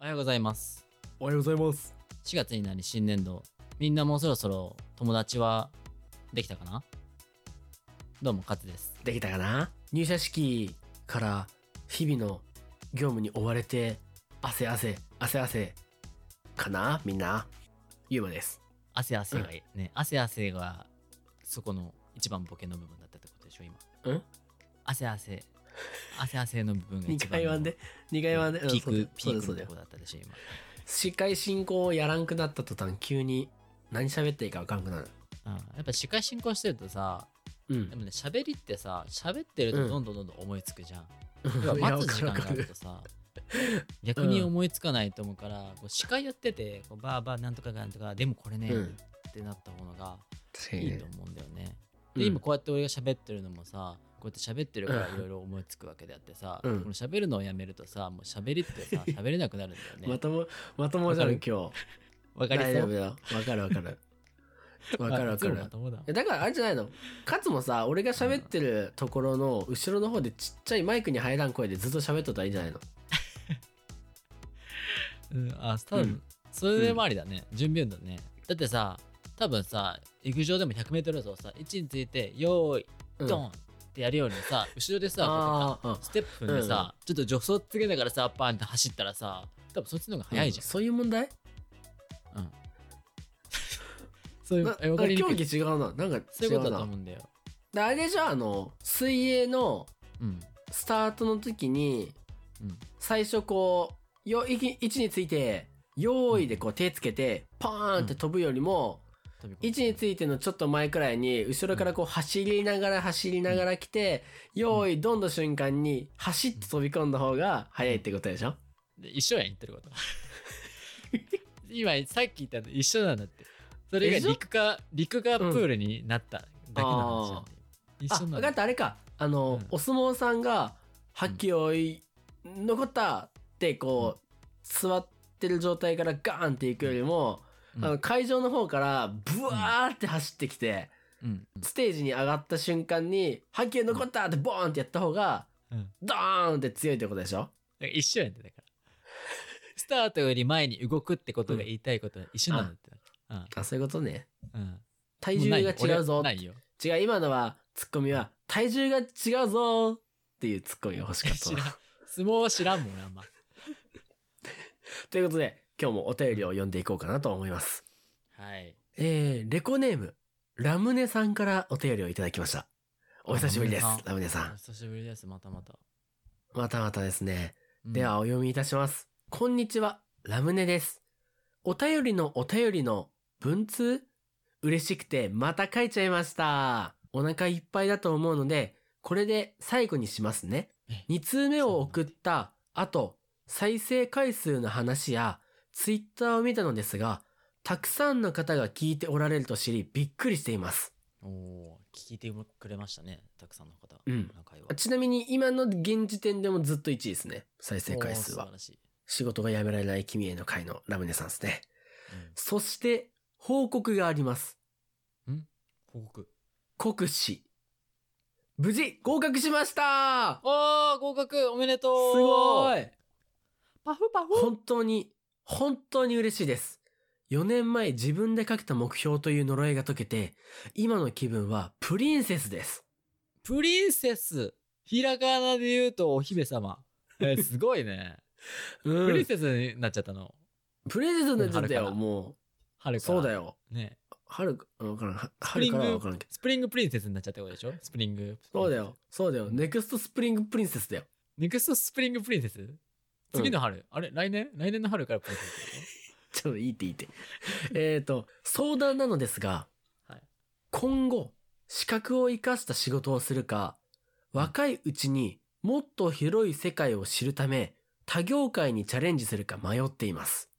おはようございます。おはようございます。 4月になり新年度。みんなもうそろそろ友達はできたかなどうも、カツです。できたかな入社式から日々の業務に追われて、汗汗、汗汗、かなみんな。ゆうまです。汗汗がいい。ね、汗汗がそこの一番ボケの部分だったってことでしょ、今。ん汗汗。汗汗の部分が二一番回 の。はで、二回はで、ピーク、ピーそうだよクそのうだとよこ。だったでしょ、今。司会進行をやらんくなった途端、急に何喋っていいかわかんくなる。うん、やっぱ司会進行してるとさ、うでん。もね、喋りってさ、喋ってるとどんどんどんどん思いつくじゃん。 要はいや待つ時間がある。とさ逆に思いつかないと思うから、こう司会やっててこうバーバーなんとかがなんとかでもこれね、うんってなった方のが確かいにいねと。思うんだよね。うでん今こうやって俺が喋ってるのもさこうやって喋ってるからうんいろいろ思いつくわけであってさ、うんこの喋るのをやめるとさもう喋りって さ喋れなくなるんだよね。まとも、まともじゃん、わ今日。わわかり大そ丈夫うだよ。わかるわかる。わかるあいわかつもまる。ともだいやだからあれじゃないのかつもさ俺が喋ってるところの後ろの方でちっちゃいマイクに入らん声でずっと喋っとったらいいんじゃないのうん、あ多分、うんそれもありだね、準備運動ねだってさ多分さ陸上でも 100m 走さ位置について「よーいドン!」ってやるよりも さ後ろでさあーこうやってさステップ踏んでさ、ちょっと助走つけながらさパーンって走ったらさ多分そっちの方が早速いじゃん、そういう問題 そういうなえわかなんかりに競くい技違うななんかそう違いうこうとなだと思うんだよ、であれでしょあの水泳のうんスタートの時にうん、最初こうよいき位置について用意でこう手つけてパーンって飛ぶよりも、飛び込む位置についてのちょっと前くらいに、後ろからこう走りながら走りながら来て、用意どんどん瞬間に走って飛び込んだ方が早いってことでしょで一緒やん言ってること 今さっき言ったの一緒なんだってそれが陸か陸かプールになっただけの話なんだよ、一あ、緒な分んかだった、あれか。あの、うんお相撲さんが、はっきり、残ったってこう、座ってる状態からガーンっていくよりも、うんあの会場の方からブワーって走ってきて、うんステージに上がった瞬間に、はっきり残ったってボーンってやった方が、うんドーンって強いってことでしょだから一緒やんってだから。スタートより前に動くってことが言いたいことは一緒なんだって。うん。あ、そういうことね。うん。体重が違うもぞな。いよ。違う、今のは、ツッコミは、体重が違うぞっていうツッコミが欲し俺はかっ 知たらん な。。相撲知らんもん、あんま。ということで、今日もお便りを読んでいこうかなと思います。はい。 えー、レコネーム、ラムネさんからお便りをいただきました。お久しぶりですラムネさ、んラおムネさん。久しぶりです、またまた。またまたですね。うんで、は、お読みいたします。こんにちは、ラムネです。お便りのお便りの文通嬉しくて、また書いちゃいました。お腹いっぱいだと思うので、これで最後にしますね。え2通目を送った後、再生回数の話や、ツイッターを見たのですが、たくさんの方が聞いておられると知り、びっくりしています。おお聞いてくれましたね、たくさんの方。うんこの会話。ちなみに今の現時点でもずっと1位ですね。再生回数おー素晴は。らしい。仕事が辞められない君への会のラムネさんですね。うんそして、報告があります。報告。国試。無事、合格しましたああ、合格おめでとすうごいいパフパフ本当に、本当に嬉しいです。4年前自分で書けた目標という呪いが解けて、今の気分はプリンセスです。プリンセスひらがなで言うとお姫様。えーすごいね。うんプリンセスになっちゃったの。プリンセスになっちゃった春かよ、らもう。春から。そうだよ。ね。春か、わからん。はスプリン春からはわかグらんけ、スプリングプリンセスになっちゃったことでしょスプリング。ど。そうだよ。。そうだよ。ネクストスプリングプリンセスだよ。ネクストスプリングプリンセス次の春、あれ来年来年の春からプリンセスってこ ちょっといいっていいって。えっと、相談なのですが、とはい。今後、資格を生かした仕事をするか、若いうちにもっと広い世界を知るため、他業界にチャレンジするか迷っています。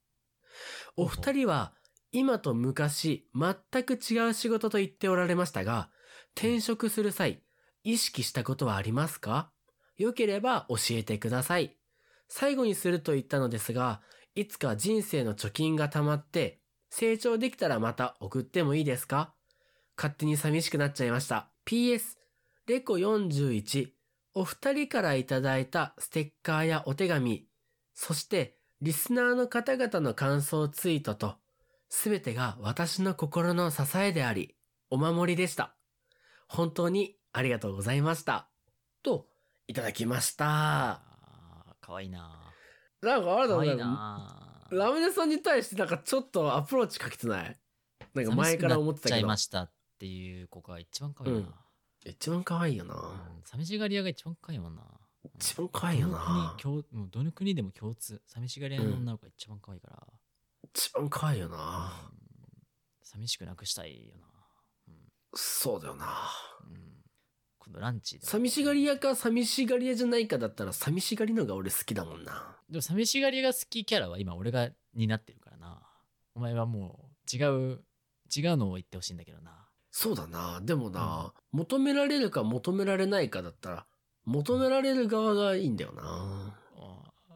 お二人は、今と昔、全く違う仕事と言っておられましたが、転職する際、意識したことはありますか良ければ教えてください。最後にすると言ったのですが、いつか人生の貯金が溜まって、成長できたらまた送ってもいいですか勝手に寂しくなっちゃいました。PS、レコ41、お二人からいただいたステッカーやお手紙、そしてリスナーの方々の感想ツイートと、すべてが私の心の支えであり、お守りでした。本当にありがとうございました。と、いただきました。あーかわいいななんかあれかだわいねい。なラムネさんに対してなんかちょっとアプローチかけてないなんか前から思ってた寂しくなけどっ。ちゃいましたっていう子が一番可愛いな、一番可愛いようんな。寂しがり屋が一番可愛いもんな一番可愛いよな。どの国共もうどの国でも共通寂しがり屋の女の子が一番可愛いから、一番可愛いよな。うん寂しくなくしたいよな、そうだよな。うんうん、このランチでも寂しがり屋か寂しがり屋じゃないかだったら寂しがりのが俺好きだもんな。でも寂しがりが好きキャラは今俺が担ってるからなお前はもう違う違うのを言ってほしいんだけどなそうだな。でもな、求められるか求められないかだったら、求められる側がいいんだよな。あー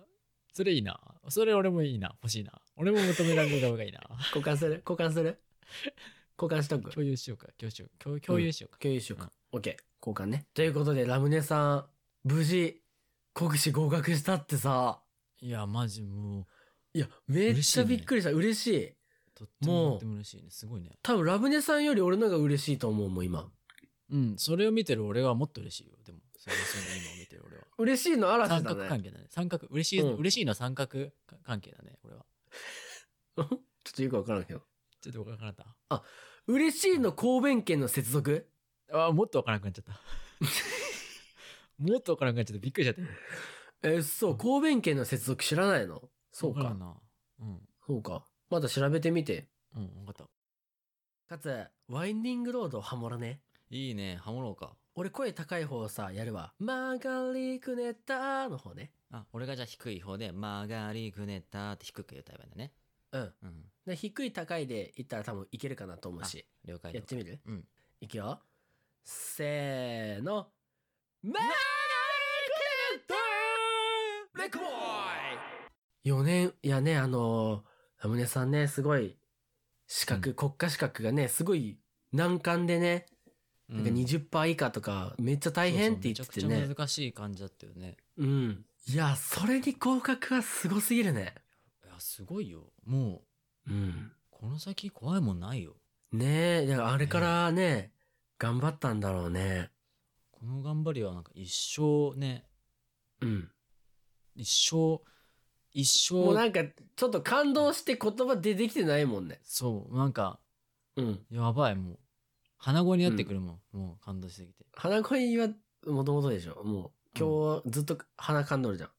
それいいなそれ俺もいいな欲しいな俺も求められる側がいいな交換する交換する交換しと く共有しようか共有しよう共共有しようか、共有しようか。オッケー。交換ね。ということで、ラムネさん、無事、国試合格したってさ、いやマジもういや、めっ嬉しいちゃねびっくりした。嬉しい,、とってももうとっても嬉しいねすごいね多分、ラムネさんより俺のが嬉しいと思うもん、今。うんそれを見てる俺はもっと嬉しいよでもそれそれ今を見てる 俺は嬉しいの嵐三だ角ね。関係だね三角嬉しい、うん嬉しいのは三角関係だね俺はちょっとよくわからんけど。ちょっと分からなかっ嬉しいの高弁県の接続たあーもっと分からなくなっちゃった もっと分からなくなっちゃったびっくりしちゃったえ、そう、高弁県の接続知らないのそうわらかん。なうんそうか。まだ調べてみて。うん分かったかつ、ワインディングロードハモらね。いいねハモろうか俺声高い方さ、やるわ。曲がりくねったの方ね。あ俺がじゃあ低い方で「曲がりくねった」って低く歌えばいいんだねうん。うんで低い高いでいったら多分いけるかなと思うし。了解やってみるうんいくよ。せーの。マレックボーイ4年、いやね、あのーラムネさんね、すごい、資格、国家資格がね、すごい難関でね、なんか20%以下とか、めっちゃ大変って言ってそてうそうめちゃねく。ちゃ難しい感じだったよねうん。いや、それに合格はすごすぎるね。いやすごいよもううん。この先怖いもんないよねえ、だからあれからね、頑張ったんだろうね。この頑張りはなんか一生ねうん。一生一もうな生んか、ちょっと感動して言葉出てきてないもんね。そうなんかうん。やばいもう鼻声になってくるもん、もう感動しすぎて鼻声はもともとでしょ。もう、今日ずっと鼻かんどるじゃん。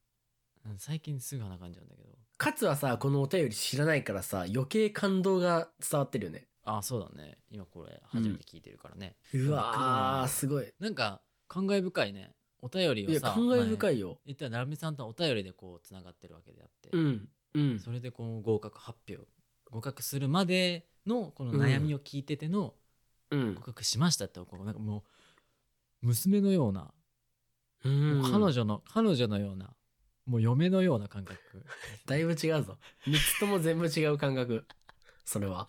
うん最近すぐ鼻かんじゃうんだけどかつはさ、このお便り知らないからさ、余計感動が伝わってるよね。あそうだね今これ初めて聞いてるからね、うわー、すごい。いなんか感慨深いねお便りをや、さ感慨深いいよ。言ったらなるみさんとはお便りでこうつながってるわけであって、うん。うん。それでこう合格発表合格するまでのこの悩みを聞いててのうん合。格しましたってこうなんかもう娘のような、うんもう彼女の彼女のようなもう嫁のような感 覚だいぶ違うぞ。三つとも全部違う感覚。それは。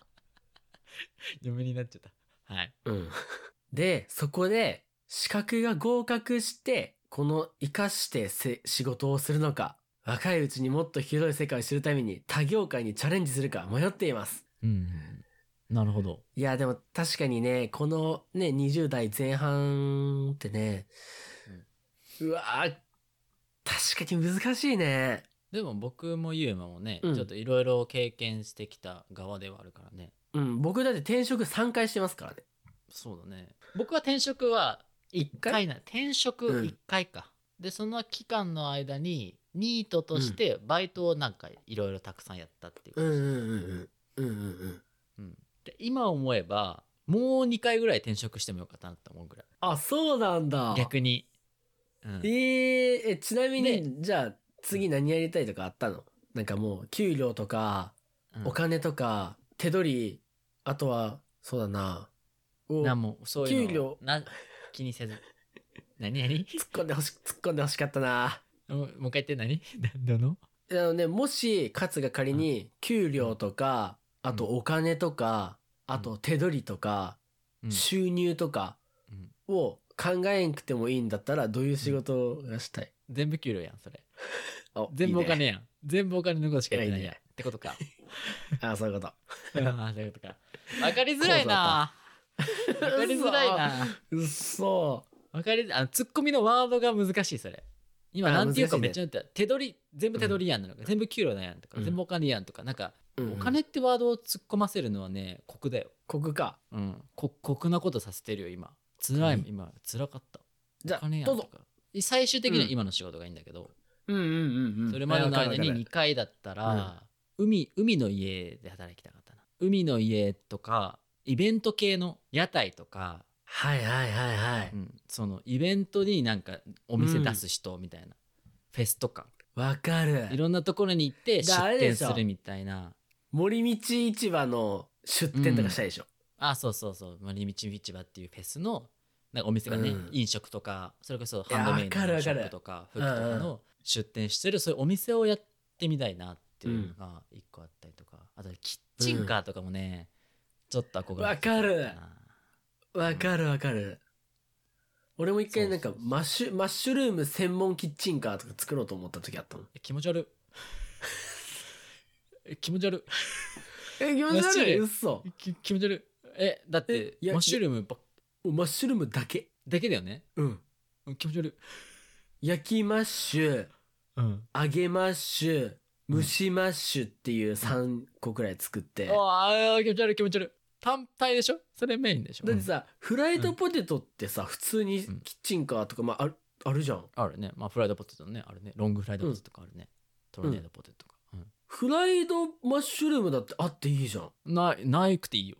嫁になっちゃったはいうん。 で、そこで、資格が合格して、この活かしてせ仕事をするのか、若いうちにもっと広い世界を知るために他業界にチャレンジするか迷っています。うんなるほどいや、でも確かにね、このね、20代前半ってね、うわー確かに難しいね。でも僕もユーマもね、うんちょっといろいろ経験してきた側ではあるからねうん、僕だって転職3回してますからね。そうだね僕は転職は1 1回な転職うん1回か、でその期間の間にニートとしてバイトをなんかいろいろたくさんやったっていうう感んじ、うんうんうん。うんうんうん。で今思えばもう2回ぐらい転職してもよかったなと思うぐらいあ、そうなんだ。逆に、うんえーえ、ちなみでに、じゃあ、次何やりたいとかあったのなんかもう、給料とか、うんお金とか、手取り、あとは、そうだな、をなんもそういうの給料な気にせず何何 突っ込んでほし、突っ込んでほしかったな。もうもう一回言って何 どのあのね、もし、勝が仮に、給料とか、あとお金とか、あと手取りとか、うん収入とかうんを考えんくてもいいんだったら、どういう仕事がしたい、全部給料やんそれあ全部おいいね金やん全部お金のことしか言ってない偉いや。ねってことか。ああ、そういうこと。 ああ、そういうことか。わかりづらいな。わかりづらい な。うっそわかり、あの、ツッコミのワードが難しい、それ。今、あなんていうか難しいねめっちゃ言った。手取り、全部手取りやんなのか、全部給料なんやんとか、うん全部お金やんとか、なんか、ー。うんお金ってワードを突っ込ませるのはね、酷だよ。ここか。うん。こ酷なことさせてるよ、今。辛い、うん今、辛かった。じゃおあ、金やどんうとぞ。か。最終的にはうん今の仕事がいいんだけど、うんうんうんうん。それまでのわか間るわかにる2回だったら、海、海の家で働きたかったな。海の家とか、イベント系の屋台とか、。はいはいはいはいうん、そのイベントになんかお店出す人みたいな、フェスとかわかいる。ろんなところに行ってだあ出れ店でしすょるみたいな森道市場の出店とかしたいでしょ。あそうそうそう森道市場っていうフェスのなんかお店がね、うん飲食とかそれこそいやハンドメイドわかるのわシかョるップとか服とかうんうの出店してるそういうお店をやってみたいなっていうのが一個あったりとかあとキッチンカーとかもね、ちょっと憧れてたなわかるわかるわかる。俺も一回なんそかうそうそうマッシュ、マッシュルーム専門キッチンカーとか作ろうと思った時あったもん。え気持ち悪いえ気持ち悪いえ、気マ持ッシちュ悪ルい。ーム嘘。き気持ち悪いえだってえいやマッシュルームばっマッシュルームだけ。だけだよねうん。うん気持ち悪い、焼きマッシュ、うん、揚げマッシュ、うん蒸しマッシュっていう3個くらい作って。だああ気持ち悪い気持ち悪い単体でしょそれメインでしょってさ、フライドポテトってさ、普通にキうんッチンカーとか、まあ、ある、あるじゃん。うんあるねまあフライドポテトねあるねロングフライドポテトとかあるね、トルネードポテトとか、うフライドマッシュルームだってあっていいじゃん。んないないくていいよ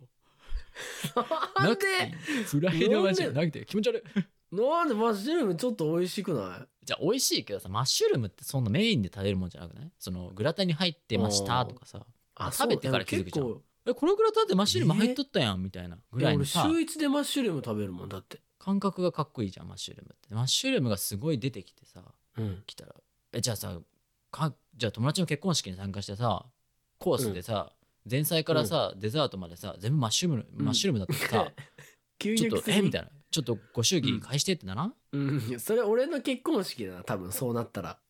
ななんくでていいフライドマッシュルームなくていい気持ち悪いなんでマッシュルームちょっと美味しくないじゃあ美味しいけどさマッシュルームってそんなメインで食べるもんじゃなくないそのグラタンに入ってましたとかさあそう食べてから気づくじゃんでも結構えこのグラタンってマッシュルーム入っとったやんみたいなぐらいのいさや俺週1でマッシュルーム食べるもんだって。感覚がかっこいいじゃんマッシュルームってマッシュルームがすごい出てきてさうん。来たらえじゃあさかじゃあ友達の結婚式に参加してさコースでさ、前菜からさ、デザートまでさ全部マッシュルーム、うんマッシュルームだったら さ急ちょっとえみたいいなちょっとご祝儀返してってならん、な。うん。それ俺の結婚式だな、多分そうなったら。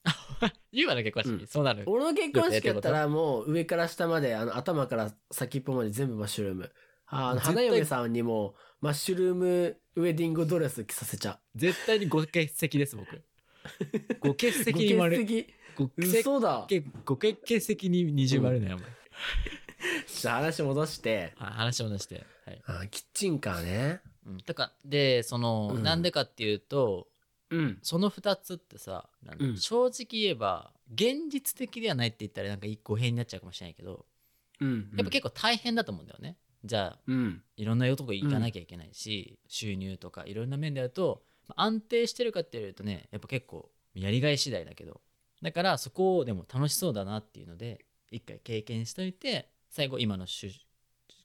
言うわな結婚式、うんそうなる俺の結婚式だったらもう上から下まで、あの頭から先っぽまで全部マッシュルーム。ああの、絶花対嫁さんにもマッシュルームウェディングドレス着させちゃ絶対にご欠席です 僕ご欠う。席に丸ご欠席ご欠嘘だ。席ご欠席に二重丸ね、お前じゃあ話戻して。あ話を出してはい、あーキッチンカーね。うん、だからでその、うんなんでかっていうとうん。その2つってさ、なんだうん正直言えば現実的ではないって言ったらなんか一個変になっちゃうかもしれないけどうん。やっぱ結構大変だと思うんだよね、じゃあうん。いろんなとこ行かなきゃいけないし、収入とかいろんな面でやるとまあ安定してるかって言われるとねやっぱ結構やりがい次第だけどだからそこをでも楽しそうだなっていうので一回経験しといて最後今のし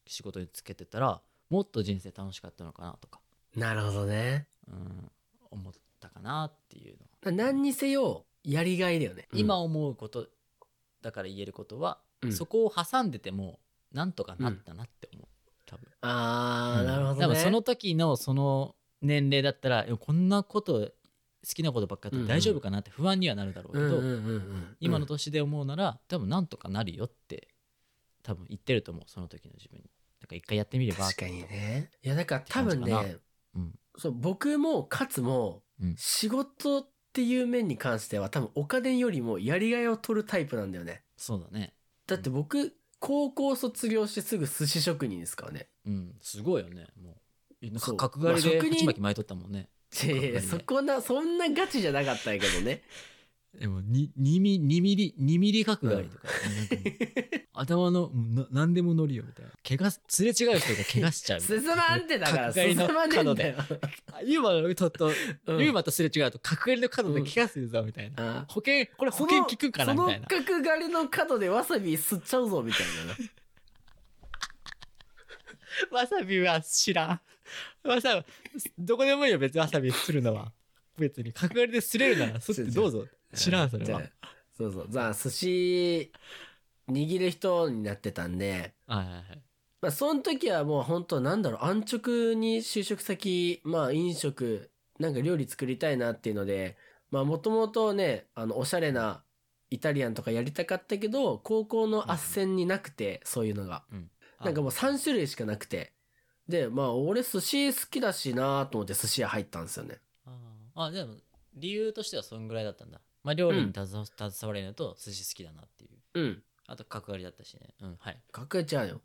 仕事につけてたらもっと人生楽しかったのかなとか、なるほどね。うん、思ったかなっていうの何にせよ、やりがいだよね。今思うことだから言えることは、うんそこを挟んでてもなんとかなったなって思う、多分あー、なるほどね。多分その時のその年齢だったらいやこんなこと好きなことばっかりうでんうん大丈夫かなって不安にはなるだろうけうんど、うんうんうん、今の年で思うなら多分なんとかなるよって多分言ってると思うその時の自分にだから一回やってみれば確かにね。いや、だから多分って感じね、うんそう僕も勝も、うん仕事っていう面に関しては多分お金よりもやりがいを取るタイプなんだよね。そうだねだって僕、高校卒業してすぐ寿司職人ですからね。うんすごいよねもうなんそかう角刈りまであ職人鉢巻き巻いとったもんねいやいやいやそこな、そんなガチじゃなかったんやけど ね。でも 2, ミリ2ミリ2ミリ角がありとか,、なんかもう 頭のもうな何でも乗りよみたいな怪我すすれ違う人が怪我しちゃうみたい進まんでだから、角刈り進のまねえんだよ。 なあユーマのとと、うんユーマとすれ違うと角刈りの角で怪我するぞみたいな、あー保険これ保その険効くんかなみたいなその角刈りの角でわさび吸っちゃうぞみたいなな。わさびは知らんわさどこでもいいよ別にわさびするのは別に角刈りですれるならすってどうぞ知らんそれはじゃあそうそう。じゃあ、寿司握る人になってたんで、はいはいはいまあ、その時はもう本当なんだろう、安直に就職先、まあ、飲食、なんか料理作りたいなっていうので、まあ、もともとね、あの、おしゃれなイタリアンとかやりたかったけど、高校の斡旋になくて、そういうのが。なんかもう3種類しかなくて。で、まあ、俺寿司好きだしなと思って寿司屋入ったんですよね。あああでも理由としてはそんぐらいだったんだまあ料理に携わ携われるのと寿司好きだなっていううん。あと角刈りだったしねうんはい隠れちゃ うよ。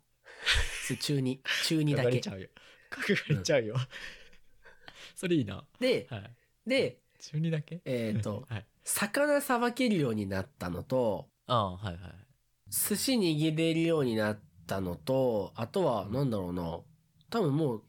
それ中2。中2だけ。うよ角刈りちゃうよそれいいなで、はいで、中二だけ、えっ とはい魚さばけるようになったのと、ああはいはい寿司握れるようになったのと、あとは、なんだろうな。多分もう、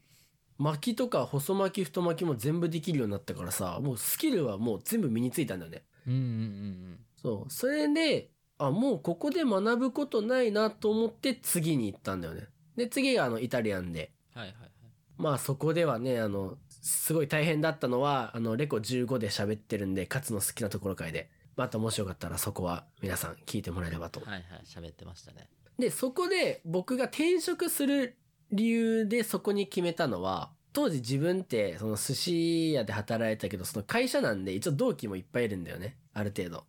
巻きとか細巻き太巻きも全部できるようになったからさ、もうスキルはもう全部身についたんだよね。うんうんうんそう。それで、あ、もうここで学ぶことないなと思って次に行ったんだよね。で、次があの、イタリアンで。うんはいはいはいまあそこではね、あの、すごい大変だったのは、あの、レコ15で喋ってるんで、勝つの好きなところ会で。またもしよかったらそこは皆さん聞いてもらえればと。はいはい喋ってましたねで、そこで僕が転職する理由でそこに決めたのは、当時自分ってその寿司屋で働いてたけど、その会社なんで一応同期もいっぱいいるんだよね。ある程度。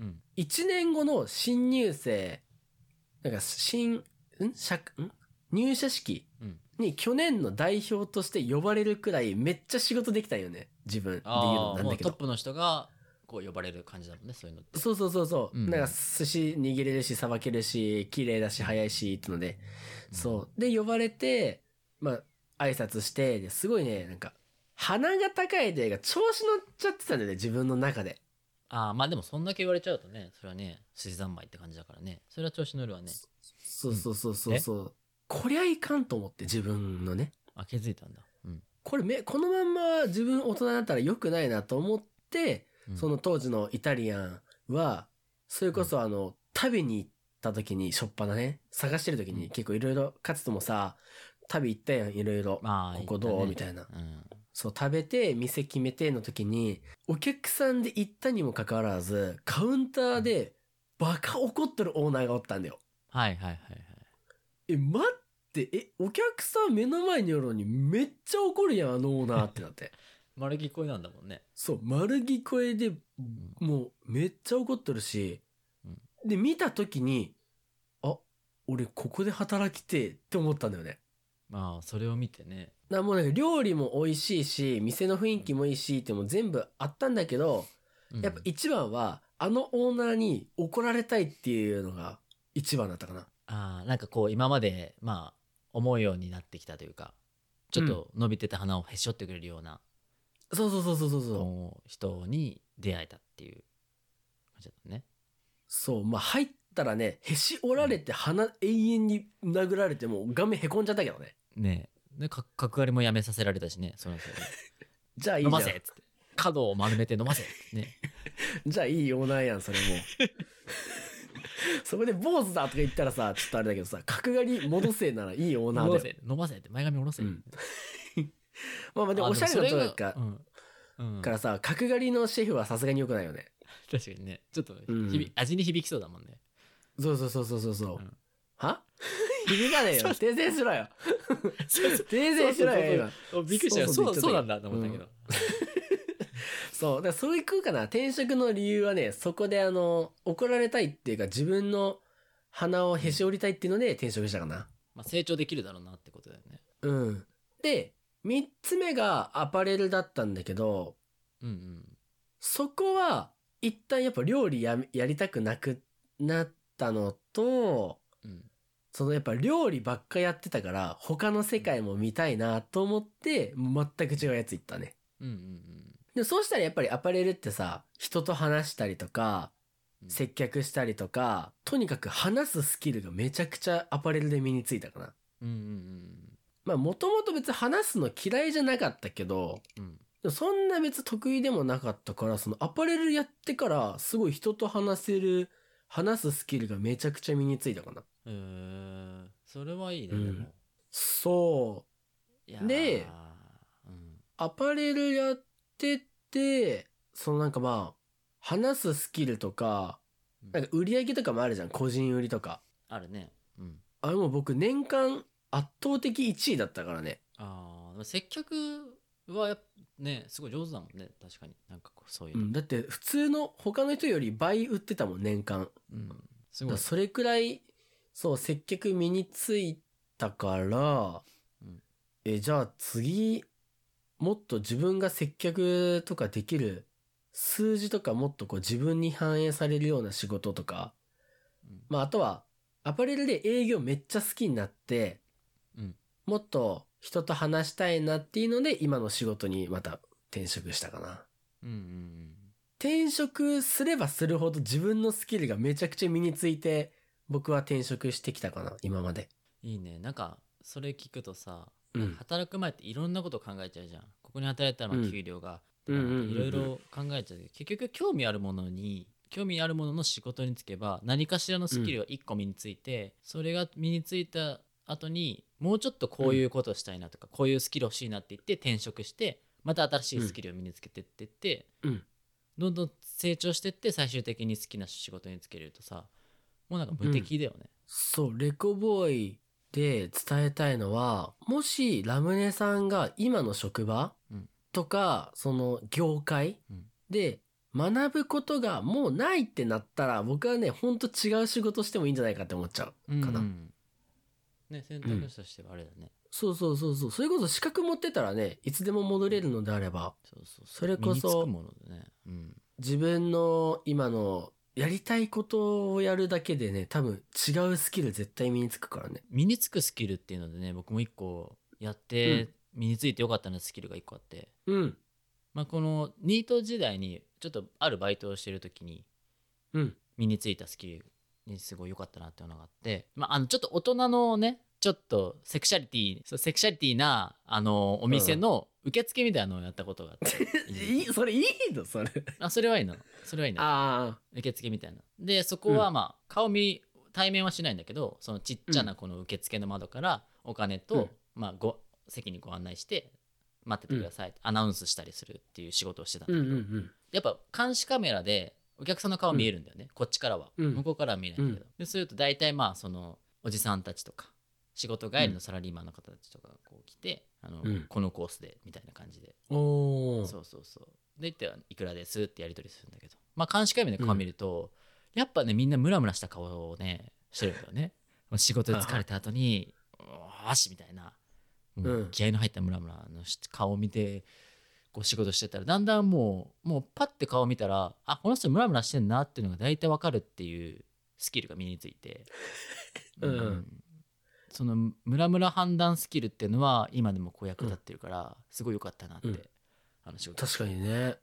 うん1年後の新入生、なんか新、ん社ん入社式うんに去年の代表として呼ばれるくらいめっちゃ仕事できたよね。自分っていうあのあなんもだうけトッど。プの人がこう呼ばれる感じだもんねそういうのってそうそうそうそうう。んなんか寿司握れるし、さばけるし、綺麗だし、早いし、ってので。そう。で、呼ばれて、まあ、挨拶して、ですごいね、なんか、鼻が高いでが調子乗っちゃってたんだよね、自分の中で。ああまあでもそんだけ言われちゃうとねそれはね水三昧って感じだからねそれは調子乗るわねそうそうそうそうそう。こりゃいかんと思って、自分のね。あ気づいたんだうんこれめ、このまんま自分大人だったら良くないなと思って、うんその当時のイタリアンは、それこそあの、食べに行った時に、しょっぱなね、探してる時うにん結構いろいろ、かつともさ、旅行ったやん、いろいろ。まあここどうみいたいな。な、うん、そう、食べて、店決めての時に、お客さんで行ったにもかかわらず、カウンターで、バカ怒ってるオーナーがおったんだよ。はいはいはいはいえ、待って、え、お客さん目の前におるのにめっちゃ怒るやん、あのオーナーってなって。丸聞こえなんだもんねそう、丸聞こえで、んもうめっちゃ怒ってるし、うんで、見た時に、あ、俺ここで働きてえって思ったんだよね。まあそれを見てねなもうなんか料理も美味しいし、店の雰囲気もいいしってもう全部あったんだけど、うんやっぱ一番は、あのオーナーに怒られたいっていうのが一番だったかな。あーなんかこう今までまあ思うようになってきたというかちょっと伸びてた花をへし折ってくれるような、そうそうそうそうそうそう。こう人に出会えたっていう感じだったねそう、まあ入ったらね、へし折られて鼻永遠に殴られてもう画面へこんじゃったけどね。ねえでか角刈りもやめさせられたしね そのせいでじゃあいい飲じゃまんせ。っつって角を丸めて飲ませ ねじゃあいいオーナーやん、 それもう。そこで坊主だとか言ったらさ、ちょっとあれだけどさ、角刈り戻せならいいオーナ飲ーまだよ。せ飲ませって前髪下ろせ、うん まあまあでもあおしゃれなそ人れだがかうんうん、らさ、角刈りのシェフはさすがに良くないよね。確かにねちょっと、うん響味に響きそうだもんねそうそうそうそうそうそう。うん は 響かねえよ。訂正しろよ。訂正しろよ、今。おびっくりしたよそそうそううそうなんだと思ったけど、そう。だからそういう空かな。転職の理由はね、そこであの、怒られたいっていうか自分の鼻をへし折りたいっていうので転職したかな。まあ、成長できるだろうなってことだよねうん。で、三つ目がアパレルだったんだけど、うんうんそこは一旦やっぱ料理やめやりたくなくなったのと、うんそのやっぱ料理ばっかやってたから他の世界も見たいなと思って全く違うやつ行ったね。うんうんでもそうしたらやっぱりアパレルってさ、人と話したりとか、うん接客したりとか、とにかく話すスキルがめちゃくちゃアパレルで身についたかな。うんうんまあもともと別に話すの嫌いじゃなかったけど、うんうんでもそんな別に得意でもなかったから、そのアパレルやってから、すごい人と話せる、話すスキルがめちゃくちゃ身についたかな。うんえーそれはいいね、うんでもそう。いやーでうんアパレルやってて、そのなんかまあ、話すスキルとか、うんなんか売り上げとかもあるじゃん。個人売りとか。あるねうんあれもう僕年間圧倒的1位だったからね。あーでも接客はやっぱねすごい上手だもんね確かになんかこうそういううの、ん、だって普通の他の人より倍売ってたもん年間うんすだごかいら、それくらいそう接客身についたから、うんえじゃあ次もっと自分が接客とかできる数字とかもっとこう自分に反映されるような仕事とか、うんまあ、あとはアパレルで営業めっちゃ好きになって、うんもっと人と話したいなっていうので今の仕事にまた転職したかな。うんうんうん転職すればするほど自分のスキルがめちゃくちゃ身について僕は転職してきたかな今までいいねなんかそれ聞くとさ、うん働く前っていろんなこと考えちゃうじゃんここに働いたらまうあん給料がとうんかなうんうんうんんかいろいろ考えちゃうけど結局興味あるものに興味あるものの仕事につけば何かしらのスキルが1個身について、それが身についた後にもうちょっとこういうことをしたいなとか、こういうスキル欲しいなって言って転職してまた新しいスキルを身につけてってって、うんどんどん成長してって最終的に好きな仕事につけれるとさもうなんか無敵だよね。そうレコボーイで伝えたいのはもしラムネさんが今の職場うんとかその業界うんで学ぶことがもうないってなったら僕はねほんと違う仕事してもいいんじゃないかって思っちゃうかな、うんね選択肢としてはあれだね、そうそうそうそうそれこそ資格持ってたらねいつでも戻れるのであればそうそううそれ身こそにつくものだねうん自分の今のやりたいことをやるだけでね多分違うスキル絶対身につくからね身につくスキルっていうのでね僕も一個やって身についてよかったなスキルが一個あって、うんまあ、このニート時代にちょっとあるバイトをしてる時にうん身についたスキルにすごい良かったなっていうのがあって、まあ、あのちょっと大人のねちょっとセクシャリティそうセクシャリティなあのお店の受付みたいなのをやったことがあって、 いいそれいいのそれあそれはいいのそれはいいのああ受付みたいなでそこはまあ顔見対面はしないんだけどそのちっちゃなこの受付の窓からお金と、うんまあ、ご席にご案内して待っててください、アナウンスしたりするっていう仕事をしてたんうだんけうど、んやっぱ監視カメラでお客さんの顔見えるんだよね、こっちからは、うん向こうからは見えないんだけど、でそうすると大体まあそのおじさんたちとか仕事帰りのサラリーマンの方たちとかがこう来て、あのうんこのコースでみたいな感じでうんおおそうそうそう。で、っていくらですってやり取りするんだけど、まあ、監視カメラで顔見ると、やっぱね、みんなムラムラした顔をね、してるんだよ ね。もう仕事で疲れた後に、おーしみたいな、もううん気合いの入ったムラムラのし顔を見て、こう仕事してたら、だんだんもう、もうパッて顔見たら、あ、この人ムラムラしてんなっていうのが大体わかるっていうスキルが身について。 うんそのムラムラ判断スキルっていうのは今でもこう役立ってるから、すごい良かったなって、うんあの仕事確かにね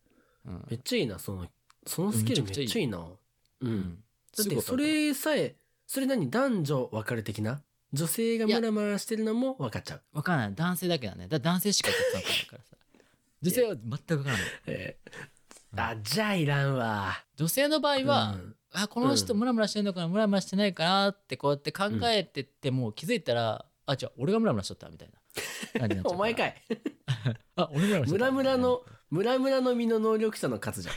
うんめっちゃいいなそのそのスキルうんめめちっゃくちちゃいいゃいいなううんんだすっごていそれさえそれ何男女分かれ的な女性がムラムラしてるのも分かっちゃうわからない男性だけだねだ男性しかお客さん来ないから さ女性は全くわからないえうんーあじゃあいらんわ女性の場合は、うんあこの人うんムラムラしてんのかなムラムラしてないかなってこうやって考えてって、もう気づいたらあじゃあ俺がムラムラしとったみたいな感じになっちゃう お前かいいあ俺ムラムラしとムったラムラのムラムラの身の能力者の勝つじゃ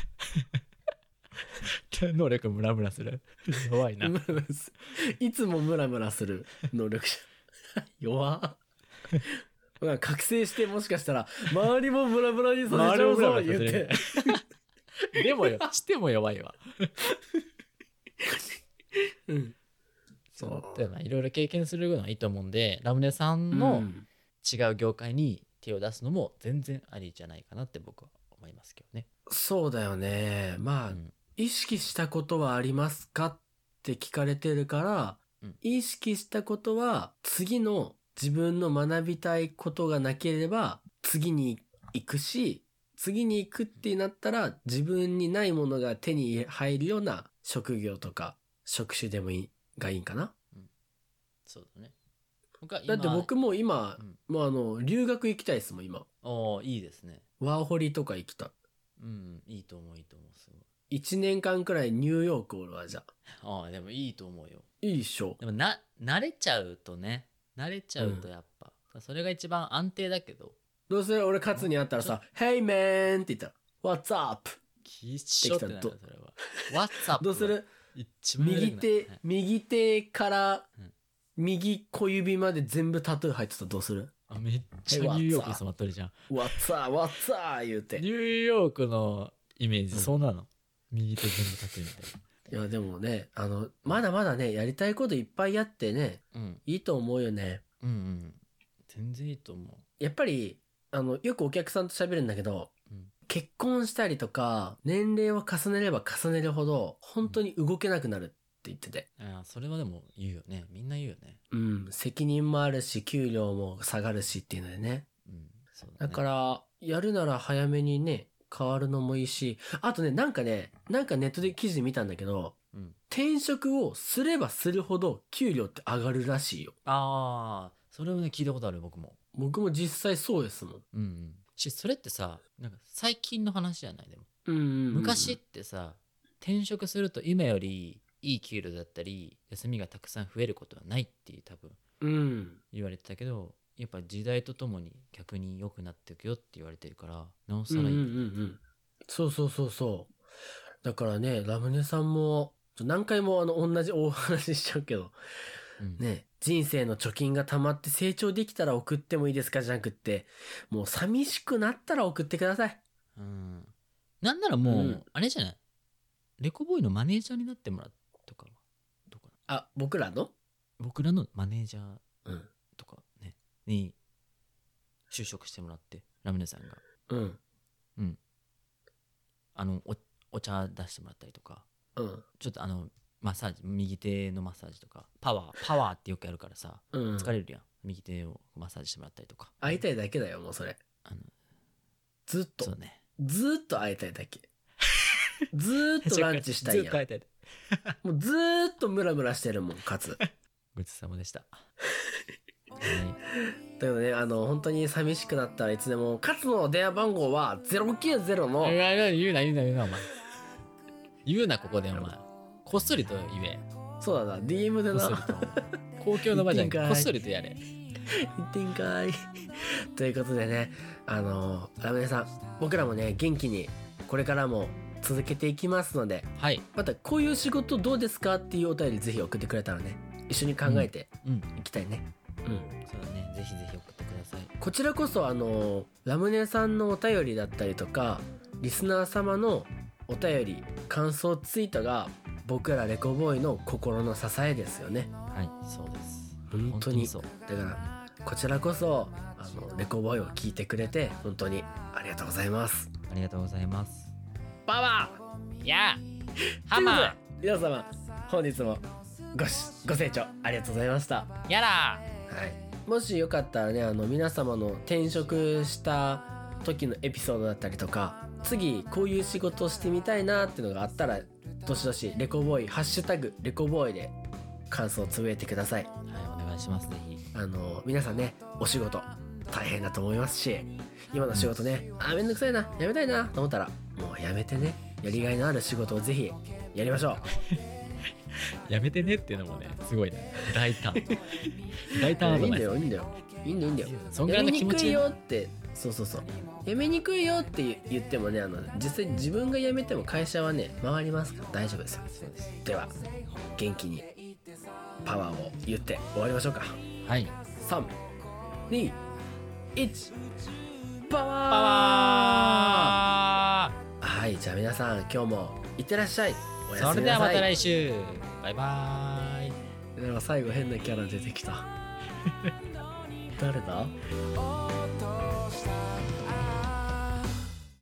ん能力ムラムラする 弱 いなムラムラすいつもムラムラする能力者弱 っまあ覚醒してもしかしたら周りもムラムラにさせちゃうぞ言ってでもよしても弱いわうんそそううだからいろいろ経験するのはいいと思うんでラムネさんうのん違う業界に手を出すのも全然ありじゃないかなって僕は思いますけどね、そうだよねまあ、うん意識したことはありますかって聞かれてるから、うん意識したことは次の自分の学びたいことがなければ次に行くし次に行くってなったら自分にないものが手に入るような職業とか職種でもいいがいいかなそうだね。僕はだ今って僕も今う、んもうあの留学行きたいですもん今おーいいですね。ワーホリとか行きたいうん、いいと思う、いいと思う。すごい。 1年間くらいニューヨーク俺はじゃあああ、でもいいと思うよ。いいっしょでもな、慣れちゃうとね、慣れちゃうとやっぱ、それが一番安定だけど、どうせ俺勝つに会ったらさ「Hey man」って言ったら「What's up?」きっしょってなるよでそれは。WhatsApp どうする一番やり右たくない手はい右手からうん右小指まで全部タトゥー入ってたらどうするあめっちゃニューヨークに染まっとるじゃん。 What's up? What's up? 言うて。ニューヨークのイメーうジ、んそうなの。右手全部立てるみたいいや、でもね、あの、まだまだね、やりたいこといっぱいやってね、な。うん。いいと思うよね。うんうん。全然いいと思やっぱり、あの、よくお客さんと喋るんだけど、うん結婚したりとか、年齢を重ねれば重ねるほど、本当に動けなくなるって言ってて。う。ああ、それはでも言うよね。みんな言うよね。うん、責任もあるし、給料も下がるしっていうのでね。うん。そうだだね。から、やるなら早めにね、変わるのもいいし、あとね、なんかね、なんかネットで記事で見たんだけど、うん転職をすればするほど給料って上がるらしいよ。ああ、それをね、聞いたことある、僕も。僕も実際そうですもん。うんうん。し、それってさ、なんか最近の話じゃないでも。うんうんうんうん昔ってさ、転職すると今よりいい給料だったり、休みがたくさん増えることはないっていう多分うん。言われてたけど、やっぱ時代とともに逆に良くなっていくよって言われてるから、なおさらいい。うんうんうんうんそうそうそうそう。だからね、ラムネさんも、ちょ何回もあの、同じ大話しちゃうけど、うんね、人生の貯金が溜まって成長できたら送ってもいいですかじゃなくって、もう寂しくなったら送ってください。うんなんならもう、うんあれじゃないレコボーイのマネージャーになってもらうとかはどうかなあ、僕らの僕らのマネージャーうん。とかねに就職してもらってラムネさんがうん。あのおお茶出してもらったりとかうん。ちょっとあのマッサージ右手のマッサージとかパワーパワーってよくやるからさうん。疲れるやん、右手をマッサージしてもらったりとか会いたいだけだよ、もうそれ。あのずっそとう。ねずっと会いたいだ け。ずーっとランチしたいやんずっと。会いたいもうずーっとムラムラしてるもん、かつ。ごちそうさまで したはいだけどね、あの、本当に寂しくなったらいつでも、かつの電話番号は090の、うわうわ言うな言うな言うなお前言うなここでお前こっそりと言えそうだな、DM でこっそなり。と公共の場じゃなく言ってんかいこっそりとやれ言ってんかい。 ということでね、あの、ラムネさん、僕らもね、元気に、これからも続けていきますので、はいまたこういう仕事どうですかっていうお便りぜひ送ってくれたらね、一緒に考えてうんいきたいね。うんそうだねぜひぜひ送ってくださいこちらこそあのラムネさんのお便りだったりとかリスナー様のお便り感想ツイートが僕らレコボーイの心の支えですよねはいそうです本当にそうだからこちらこそあのレコボーイを聞いてくれて本当にありがとうございますありがとうございますパワやあーハマということで皆様本日もごしご清聴ありがとうございましたーやらはい、もしよかったらねあの皆様の転職した時のエピソードだったりとか次こういう仕事をしてみたいなっていうのがあったらどしどしレコボーイ「ハッシュタグレコボーイ」で感想をつぶえてくださいはいお願いしますぜひあの皆さんねお仕事大変だと思いますし今の仕事ねあーめんどくさいなやめたいなと思ったらもうやめてねやりがいのある仕事をぜひやりましょうやめてねっていうのもねすごいね大胆 大いや胆アいいドんバだイスよいいんだよいいんだよいいんだよそんぐらやいめのに気持くちいいいよってそうそうそうやめにくいよって言ってもねあの実際自分が辞めても会社はね回りますから大丈夫ですよでは元気にパワーを言って終わりましょうかはい321パワーあはいじゃあ皆さん今日もいってらっしゃいおやそすれみでなはまさいた来週バイバーイ なんか最後変なキャラ出てきた誰「だ思い出